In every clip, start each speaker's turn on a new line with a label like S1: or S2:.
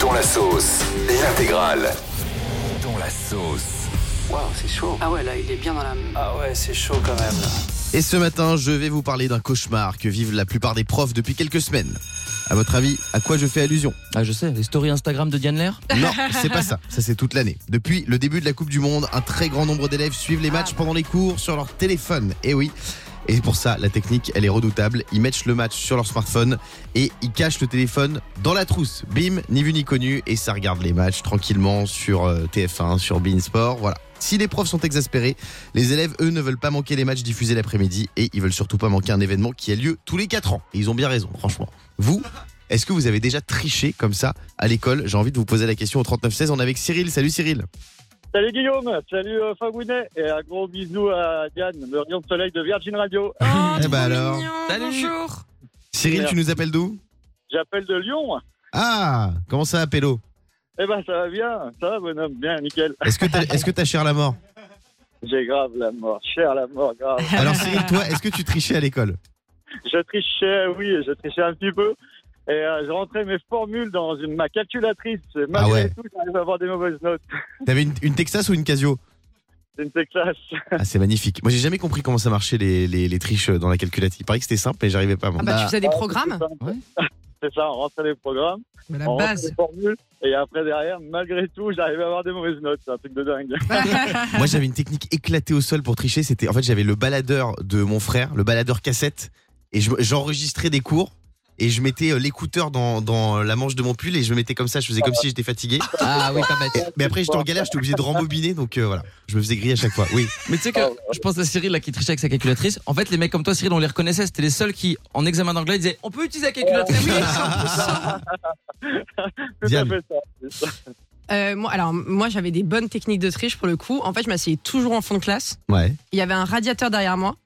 S1: Dont la sauce, l'intégrale.
S2: Dans la sauce.
S1: Waouh, c'est chaud.
S3: Ah ouais, là, il est bien dans la.
S4: Ah ouais, c'est chaud quand même. là.
S5: Et ce matin, je vais vous parler d'un cauchemar que vivent la plupart des profs depuis quelques semaines. À votre avis, à quoi je fais allusion
S6: Ah, je sais, les stories Instagram de Diane Lair
S5: Non, c'est pas ça. Ça, c'est toute l'année. Depuis le début de la Coupe du Monde, un très grand nombre d'élèves suivent les matchs pendant les cours sur leur téléphone. Et oui. Et pour ça, la technique, elle est redoutable. Ils matchent le match sur leur smartphone et ils cachent le téléphone dans la trousse. Bim, ni vu ni connu. Et ça regarde les matchs tranquillement sur euh, TF1, sur Bein Sport. Voilà. Si les profs sont exaspérés, les élèves, eux, ne veulent pas manquer les matchs diffusés l'après-midi et ils veulent surtout pas manquer un événement qui a lieu tous les 4 ans. Et ils ont bien raison, franchement. Vous, est-ce que vous avez déjà triché comme ça à l'école J'ai envie de vous poser la question au 3916. On est avec Cyril. Salut Cyril.
S7: Salut Guillaume, salut euh, Fabounet et un gros bisou à Diane, le rayon de soleil de Virgin Radio.
S6: Oh,
S5: Eh bah alors.
S6: Salut.
S3: bonjour.
S5: Cyril, tu nous appelles d'où
S7: J'appelle de Lyon.
S5: Ah, comment ça, Pélo
S7: Eh ben ça va bien, ça va bonhomme, bien, nickel.
S5: Est-ce que t'as est-ce que t'as cher la mort
S7: J'ai grave la mort, cher la mort, grave.
S5: Alors Cyril, toi, est-ce que tu trichais à l'école
S7: Je trichais, oui, je trichais un petit peu. Et euh, je rentrais mes formules dans une- ma calculatrice. Et Malgré
S5: Ah ouais.
S7: tout, j'arrive à avoir des mauvaises notes.
S5: T'avais une, une Texas ou une Casio
S7: C'est une Texas.
S5: Ah, c'est magnifique. Moi, j'ai jamais compris comment ça marchait les, les, les triches dans la calculatrice. Il paraît que c'était simple, mais j'arrivais pas. moi.
S3: Ah bah, tu faisais des
S7: Ah,
S3: programmes
S7: c'est ça. C'est ça, on rentrait les programmes,
S3: Mais la
S7: on rentrait
S3: base.
S7: les formules. Et après, derrière, malgré tout, j'arrivais à avoir des mauvaises notes. C'est un truc de dingue.
S6: Ah.
S5: Moi, j'avais une technique éclatée au sol pour tricher. C'était, en fait, j'avais le baladeur de mon frère, le baladeur cassette, et je- j'enregistrais des cours. Et je mettais euh, l'écouteur dans, dans la manche de mon pull et je me mettais comme ça, je faisais comme si j'étais fatigué.
S6: Ah oui, pas bête.
S5: Et- mais après, j'étais en galère, j'étais obligé de rembobiner, donc euh, voilà. Je me faisais griller à chaque fois. Oui.
S6: Mais tu sais que je pense à Cyril là qui trichait avec sa calculatrice. En fait, les mecs comme toi, Cyril, on les reconnaissait. C'était les seuls qui, en examen d'anglais, disaient On peut utiliser la calculatrice oui,
S5: Oh.
S7: Tout à
S5: Diane.
S7: fait ça. C'est ça.
S3: Euh, moi, alors, moi, j'avais des bonnes techniques de triche pour le coup. En fait, je m'asseyais toujours en fond de classe.
S5: Ouais.
S3: Il y avait un radiateur derrière moi.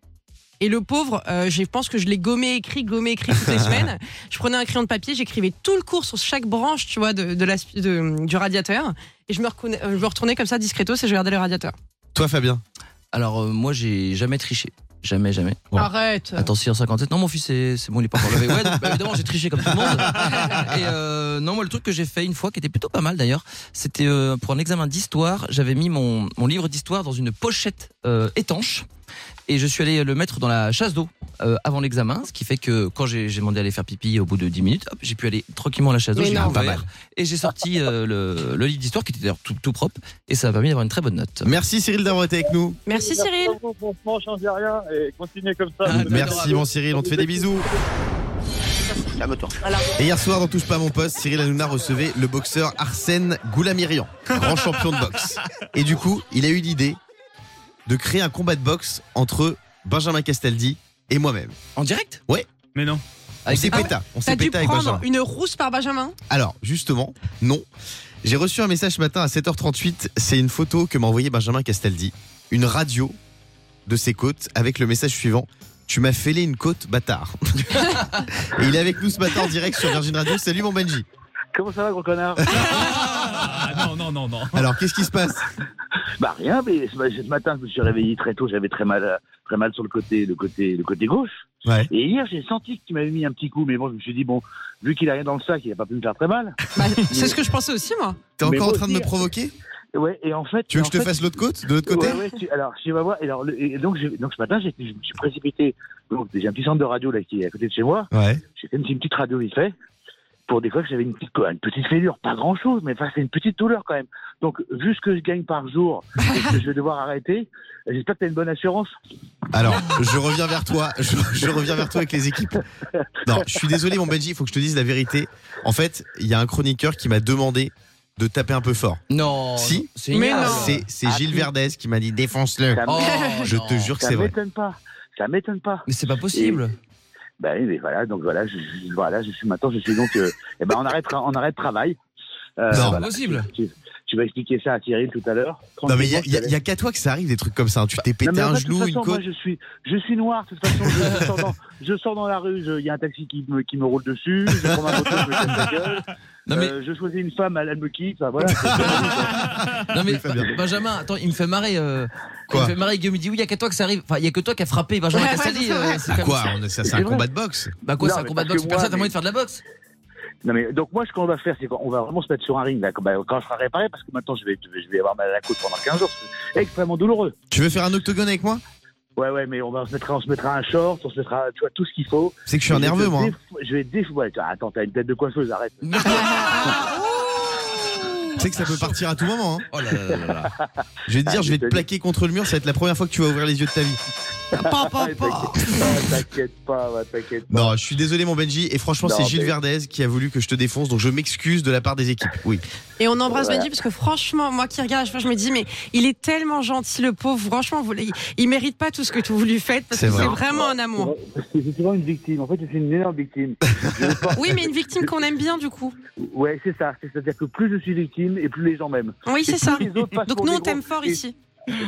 S3: Et le pauvre, euh, je pense que je l'ai gommé, écrit, gommé, écrit toutes les semaines. Je prenais un crayon de papier, j'écrivais tout le cours sur chaque branche, tu vois, de, de l'aspi- de- du radiateur. Et je me, reconna- euh, je me retournais comme ça, discretos, et je regardais le radiateur.
S5: Toi, Fabien.
S6: Alors, euh, moi, j'ai jamais triché. Jamais, jamais.
S5: Ouais.
S3: Arrête
S6: Attends, 657. Non, mon fils, c'est c'est bon, il est pas encore levé. Ouais, bah, évidemment, j'ai triché comme tout le monde. Et euh, non, moi, le truc que j'ai fait une fois, qui était plutôt pas mal d'ailleurs, c'était euh, pour un examen d'histoire. J'avais mis mon, mon livre d'histoire dans une pochette euh, étanche. Et je suis allé le mettre dans la chasse d'eau euh, avant l'examen, ce qui fait que quand j'ai j'ai demandé à aller faire pipi au bout de 10 minutes, hop, j'ai pu aller tranquillement à la chasse d'eau,
S3: Mais
S6: j'ai
S3: non.
S6: ouvert,
S5: Pas mal.
S6: et j'ai sorti euh, le, le livre d'histoire qui était d'ailleurs tout, tout propre, et ça m'a permis d'avoir une très bonne note.
S5: Merci Cyril d'avoir été avec nous.
S3: Merci Cyril
S7: Franchement, changez rien et continuez comme ça.
S6: Ah,
S7: Vous êtes
S5: Merci mon Cyril, on te fait des bisous. Et hier soir, dans Touche pas à mon poste, Cyril Hanouna recevait le boxeur Arsène Goulamirian, grand champion de boxe. Et du coup, il a eu l'idée de créer un combat de boxe entre Benjamin Castaldi et moi-même.
S6: En direct
S8: Mais non.
S5: On
S6: Avec
S5: s'est
S6: des-
S5: péta, on s'est
S3: Ah, T'as dû
S5: péta avec Benjamin.
S3: prendre une rousse par Benjamin
S5: Alors, justement, non. J'ai reçu un message ce matin à 7h38. C'est une photo que m'a envoyé Benjamin Castaldi. Une radio de ses côtes avec le message suivant. Tu m'as fêlé une côte, bâtard. Et il est avec nous ce matin en direct sur Virgin Radio. Salut mon Benji.
S4: Comment ça va, gros connard
S8: Ah, non, non, non, non.
S5: Alors, qu'est-ce qui se passe
S4: Bah rien, mais ce, ma- ce matin, je me suis réveillé très tôt, j'avais très mal, euh, très mal sur le côté, le côté, le côté gauche.
S5: Ouais.
S4: Et hier, j'ai senti que tu m'avais mis un petit coup, mais bon, je me suis dit bon, vu qu'il a rien dans le sac, il a pas pu me faire très mal.
S3: Bah, C'est ce que je pensais aussi, moi.
S5: T'es
S4: Mais
S5: encore en
S4: moi
S5: train de me
S4: aussi.
S5: provoquer
S4: Et Ouais, et en fait,
S5: Tu veux
S4: et
S5: que je
S4: en
S5: te
S4: fait-
S5: fasse l'autre côte De l'autre côté
S4: Ouais, ouais, tu- alors, je vais voir. Et alors, le- et donc, j'ai- donc, ce matin, j'ai- je me suis précipité. Donc, j'ai un petit centre de radio là qui est à côté de chez moi.
S5: Ouais.
S4: J'ai fait une petite- une petite radio vite fait. Pour des fois que j'avais une petite, une petite fêlure, pas grand chose, mais enfin, c'est une petite douleur quand même. Donc, vu ce que je gagne par jour, et ce que je vais devoir arrêter, j'espère que tu as une bonne assurance.
S5: Alors, je reviens vers toi. Je, je reviens vers toi avec les équipes. Non, je suis désolé, mon Benji. Il faut que je te dise la vérité. En fait, il y a un chroniqueur qui m'a demandé de taper un peu fort.
S6: Non.
S5: Si.
S6: c'est
S3: Mais
S6: ignoble.
S3: non.
S5: C'est, c'est
S4: Ah,
S5: Gilles
S4: tu-
S5: Verdez qui m'a dit défonce-le.
S4: Ça,
S6: Oh,
S5: Je
S6: non.
S5: te jure que
S4: ça
S5: c'est vrai.
S4: m'étonne pas. Ça m'étonne pas.
S6: Mais c'est pas possible.
S4: Ben oui, mais voilà, donc voilà, je, je- voilà, je suis maintenant, je suis donc, euh, eh ben, on arrête, tra- on arrête travail. Euh,
S5: Non.
S4: voilà.
S6: Impossible.
S4: Tu, tu vas expliquer ça à Thierry tout à l'heure.
S5: Non mais il y a,
S4: Tranquillement, je te
S5: y a- y a qu'à toi que ça arrive des trucs comme ça. hein. Tu t'es pété
S4: Bah, Non, mais en
S5: un
S4: fait, de toute
S5: genou, une
S4: façon,
S5: côte.
S4: Moi, je suis, je suis noir. De toute façon, je, je sors, dans, je sors dans la rue. je- Il y a un taxi qui me, qui me roule dessus. Je prends ma moto, je me casse la gueule.
S6: Non, mais-
S4: Euh, je choisis une femme, elle, elle me quitte. Enfin, voilà.
S6: Non mais euh,
S5: Oui, Euh, Fabien.
S6: Benjamin, attends, il me fait marrer. euh,
S5: Quoi
S6: il me fait marrer. Guillaume il dit oui, il y a qu'à toi que ça arrive. Enfin, il y a que toi qui a frappé Benjamin
S3: Ouais,
S6: Castaldi.
S3: ouais, c'est
S6: euh,
S3: vrai.
S6: c'est
S5: Bah
S6: comme
S5: quoi
S6: ça.
S5: on est- ça, C'est
S4: C'est
S5: un
S4: vrai.
S5: combat de boxe.
S6: Bah quoi,
S4: Non,
S6: c'est un
S4: mais
S6: combat de
S4: parce
S6: boxe.
S4: que
S6: Personne
S4: moi,
S6: n'a envie
S4: mais-
S6: de faire de la boxe.
S4: Non mais donc moi ce qu'on va faire c'est qu'on va vraiment se mettre sur un ring là, quand, bah, quand je serai réparé parce que maintenant je vais je vais- je vais avoir mal à la côte pendant 15 jours, c'est extrêmement douloureux.
S5: Tu veux faire un octogone avec moi
S4: Ouais ouais mais on va on se mettra on se mettra un short, on se mettra tu vois tout ce qu'il faut.
S5: C'est que je suis un
S4: Et vais
S5: nerveux,
S4: te
S5: moi. hein.
S4: déf- Je vais défouler. attends t'as une tête de coiffeuse arrête.
S5: Tu sais que ça peut partir à tout moment. hein.
S6: Oh là là là là.
S5: Je vais te
S4: Ah,
S5: dire, je vais te plaquer contre le mur, ça va être la première fois que tu vas ouvrir les yeux de ta vie.
S3: Pa, pa,
S4: Ouais,
S3: pa.
S4: t'inquiète pas, t'inquiète pas ouais, t'inquiète pas.
S5: Non, je suis désolé, mon Benji. Et franchement,
S4: Non,
S5: c'est Gilles
S4: mais-
S5: Verdez qui a voulu que je te défonce, donc je m'excuse de la part des équipes. Oui.
S3: Et on embrasse Benji parce que franchement, moi qui regarde, à chaque fois, je me dis, mais il est tellement gentil, le pauvre. Franchement, vous, il, il mérite pas tout ce que tout vous lui faites parce
S5: C'est
S3: que
S5: vrai.
S3: c'est vraiment un amour.
S4: C'est c'est souvent une victime. En fait, je suis une énorme victime. Je porte-
S3: Oui, mais une victime qu'on aime bien, du coup.
S4: Ouais, c'est ça. C'est-à-dire que plus je suis victime et plus les gens m'aiment.
S3: Oui, c'est ça.
S4: Les autres passent
S3: Donc
S4: pour
S3: nous,
S4: des
S3: on t'aime
S4: gros
S3: fort
S4: fils.
S3: ici.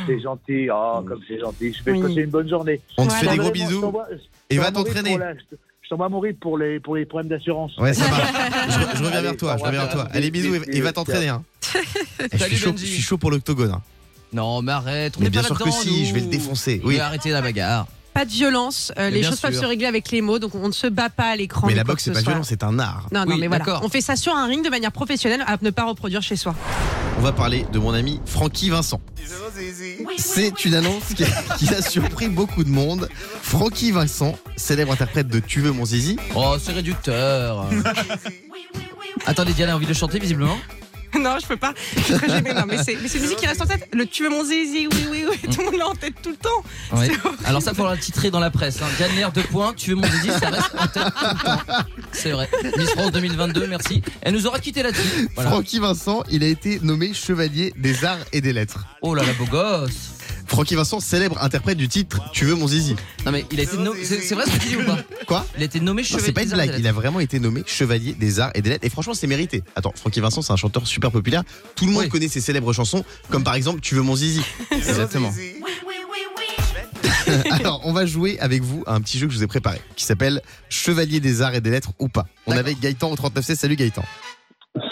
S4: C'est gentil. Oh, comme c'est gentil. Je vais
S3: Oui.
S4: te passer une bonne journée.
S5: On te
S3: Voilà.
S5: fait des
S4: Vraiment,
S5: gros
S4: je
S5: bisous
S4: t'envoie- je
S5: et va
S4: t'envoie Maurice
S5: t'entraîner.
S4: pour la- je te- Je t'envoie Maurice pour les, pour les problèmes d'assurance.
S5: Ouais, ça marche. Je, re- je reviens
S4: Allez,
S5: vers toi, je reviens vers toi.
S4: bisous,
S5: Allez, bisous et- et va
S4: bisous,
S5: t'entraîner. hein. Eh, Je suis
S6: Salut,
S5: chaud- je
S6: Benji.
S5: suis chaud pour l'octogone. hein.
S6: Non, mais arrête. On
S5: Mais
S6: est
S5: bien
S6: pas
S5: sûr que
S6: là-dedans,
S5: si,
S6: nous.
S5: je vais le défoncer.
S6: Oui.
S5: Oui.
S6: Arrêtez la bagarre.
S3: Pas de violence. euh,
S6: Mais
S3: les
S6: bien
S3: choses peuvent
S6: sûr.
S3: se régler avec les mots. Donc on ne se bat pas à l'écran.
S5: Eh Mais
S3: ni
S5: la
S3: quoi
S5: boxe,
S3: que
S5: c'est
S3: ce
S5: pas
S3: soit.
S5: violent, c'est un art.
S3: Non, non,
S6: Oui,
S3: mais voilà.
S6: d'accord.
S3: On fait ça sur un ring de manière professionnelle à ne pas reproduire chez soi.
S5: On va parler de mon ami Francky Vincent. C'est une annonce qui qui a surpris beaucoup de monde. Francky Vincent, célèbre interprète de Tu veux mon zizi,
S6: Oh, c'est réducteur. Attendez, Diane a envie de chanter visiblement.
S3: non, je peux pas. Je suis très gênée. Non, mais c'est mais c'est une musique qui reste en tête. Le tu veux mon zizi, oui, oui, oui. Tout le monde l'a en tête tout le temps.
S6: Ouais.
S3: C'est horrible.
S6: Alors ça, faut le titrer dans la presse. Hein. Diane Lair, deux points. Tu veux mon zizi, ça reste en tête tout le temps. C'est vrai. Miss France 2022, merci. Elle nous aura quitté là-dessus. Voilà.
S5: Francky Vincent, il a été nommé chevalier des arts et des lettres.
S6: Oh là là, beau gosse.
S5: Francky Vincent, célèbre interprète du titre Tu veux mon zizi.
S6: Non mais il a été nommé. C'est c'est vrai ce que tu dis ou pas
S5: Quoi
S6: Il a été nommé
S5: Non,
S6: chevalier.
S5: Ah, c'est pas une
S6: des
S5: blague,
S6: Arts et
S5: il a vraiment été nommé chevalier des arts et des lettres. Et franchement, c'est mérité. Attends, Francky Vincent, c'est un chanteur super populaire. Tout le monde
S6: Oui.
S5: connaît ses célèbres chansons, comme par exemple Tu veux mon zizi. Exactement. Alors, on va jouer avec vous à un petit jeu que je vous ai préparé, qui s'appelle Chevalier des arts et des lettres ou pas. On est avec Gaëtan au 39C. Salut Gaëtan.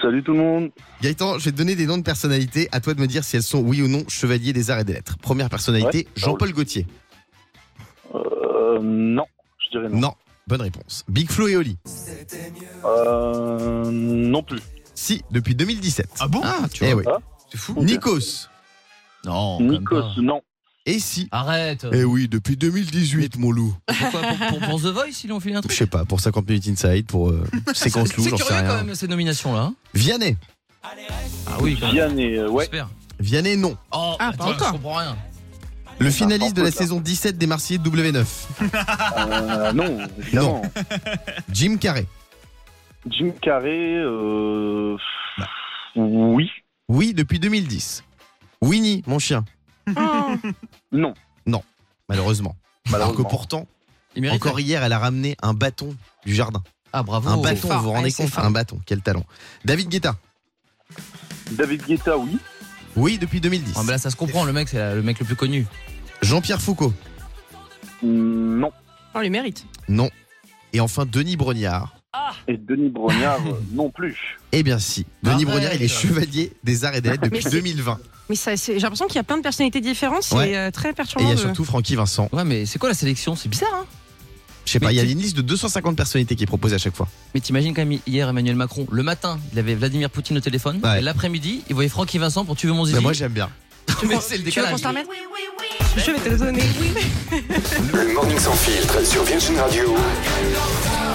S7: Salut tout le monde.
S5: Gaëtan, je vais te donner des noms de personnalités. À toi de me dire si elles sont oui ou non chevalier des arts et des lettres. Première personnalité, Jean-Paul Gaultier.
S7: Euh, non, je dirais non.
S5: Non. Bonne réponse. Big Flo et Oli.
S7: Euh, non plus.
S5: Si, depuis 2017.
S8: Ah bon
S6: Ah, tu
S5: Eh
S6: vois.
S5: oui.
S7: Ah.
S5: C'est fou. Nikos. Oh,
S6: Non. quand même
S7: Nikos,
S6: pas.
S7: non.
S5: Et si.
S6: Arrête.
S5: Eh oui, depuis 2018, mon loup.
S6: Pourquoi pour, pour, pour The Voice, ils lui ont filé un
S5: Je
S6: truc
S5: sais pas, pour 50 minutes inside, pour euh, séquence loup,
S6: C'est
S5: j'en sais
S6: curieux
S5: rien.
S6: quand même hein. ces nominations là.
S5: Vianney.
S6: Ah oui, quand même.
S7: Diane et euh, ouais.
S6: J'espère.
S5: Vianney, non.
S6: Oh,
S3: Ah,
S6: attends,
S3: pas encore.
S6: je comprends rien.
S5: Le
S7: Ça,
S5: finaliste
S7: par
S5: de la
S7: contre, là.
S5: saison 17 des Marseillais W9.
S7: Euh, non, évidemment.
S5: Jim Carrey.
S7: Jim Carrey, euh, oui.
S5: Bah. Oui, depuis 2010. Winnie, mon chien,
S3: Oh.
S7: Non.
S5: malheureusement. Alors que pourtant,
S6: Il mérite.
S5: encore hier, elle a ramené un bâton du jardin.
S6: Ah bravo.
S5: un bâton,
S3: fort,
S5: vous vous rendez
S3: ouais, c'est
S5: compte
S3: fort.
S5: Un bâton, quel talent. David Guetta.
S7: David Guetta, oui.
S5: Oui, depuis 2010.
S6: Ah, mais là ça se comprend, le mec c'est la- le mec le plus connu.
S5: Jean-Pierre Foucault.
S7: Mm, Non.
S3: On les mérite.
S5: Non. Et enfin, Denis Brognard.
S7: Et Denis Brognard, euh, non plus.
S5: Eh bien si, Denis
S6: Arrête.
S5: Brognard, il est chevalier des arts et des lettres depuis
S3: Ah Mais c'est-
S5: 2020.
S3: Mais ça, c'est- j'ai l'impression qu'il y a plein de personnalités différentes. C'est
S5: Ouais.
S3: euh, très
S5: Et il
S3: perturbant.
S5: y a
S3: de-
S5: surtout Francky Vincent.
S6: Ouais, mais c'est quoi la sélection C'est bizarre, hein
S5: Je sais pas,
S6: Mais
S5: il y a
S6: tu-
S5: une liste de 250 personnalités qui est proposée à chaque fois.
S6: Mais t'imagines quand même hier Emmanuel Macron, le matin, il avait Vladimir Poutine au téléphone,
S5: Ouais.
S6: et l'après-midi, il voyait Francky Vincent pour Tu veux mon zizi.
S5: Mais Bah, moi j'aime bien.
S6: je mais c'est le
S3: Tu veux qu'on
S6: décalage.
S3: se la remette Je vais te le donner.
S2: Le morning sans filtre sur Virgin Radio.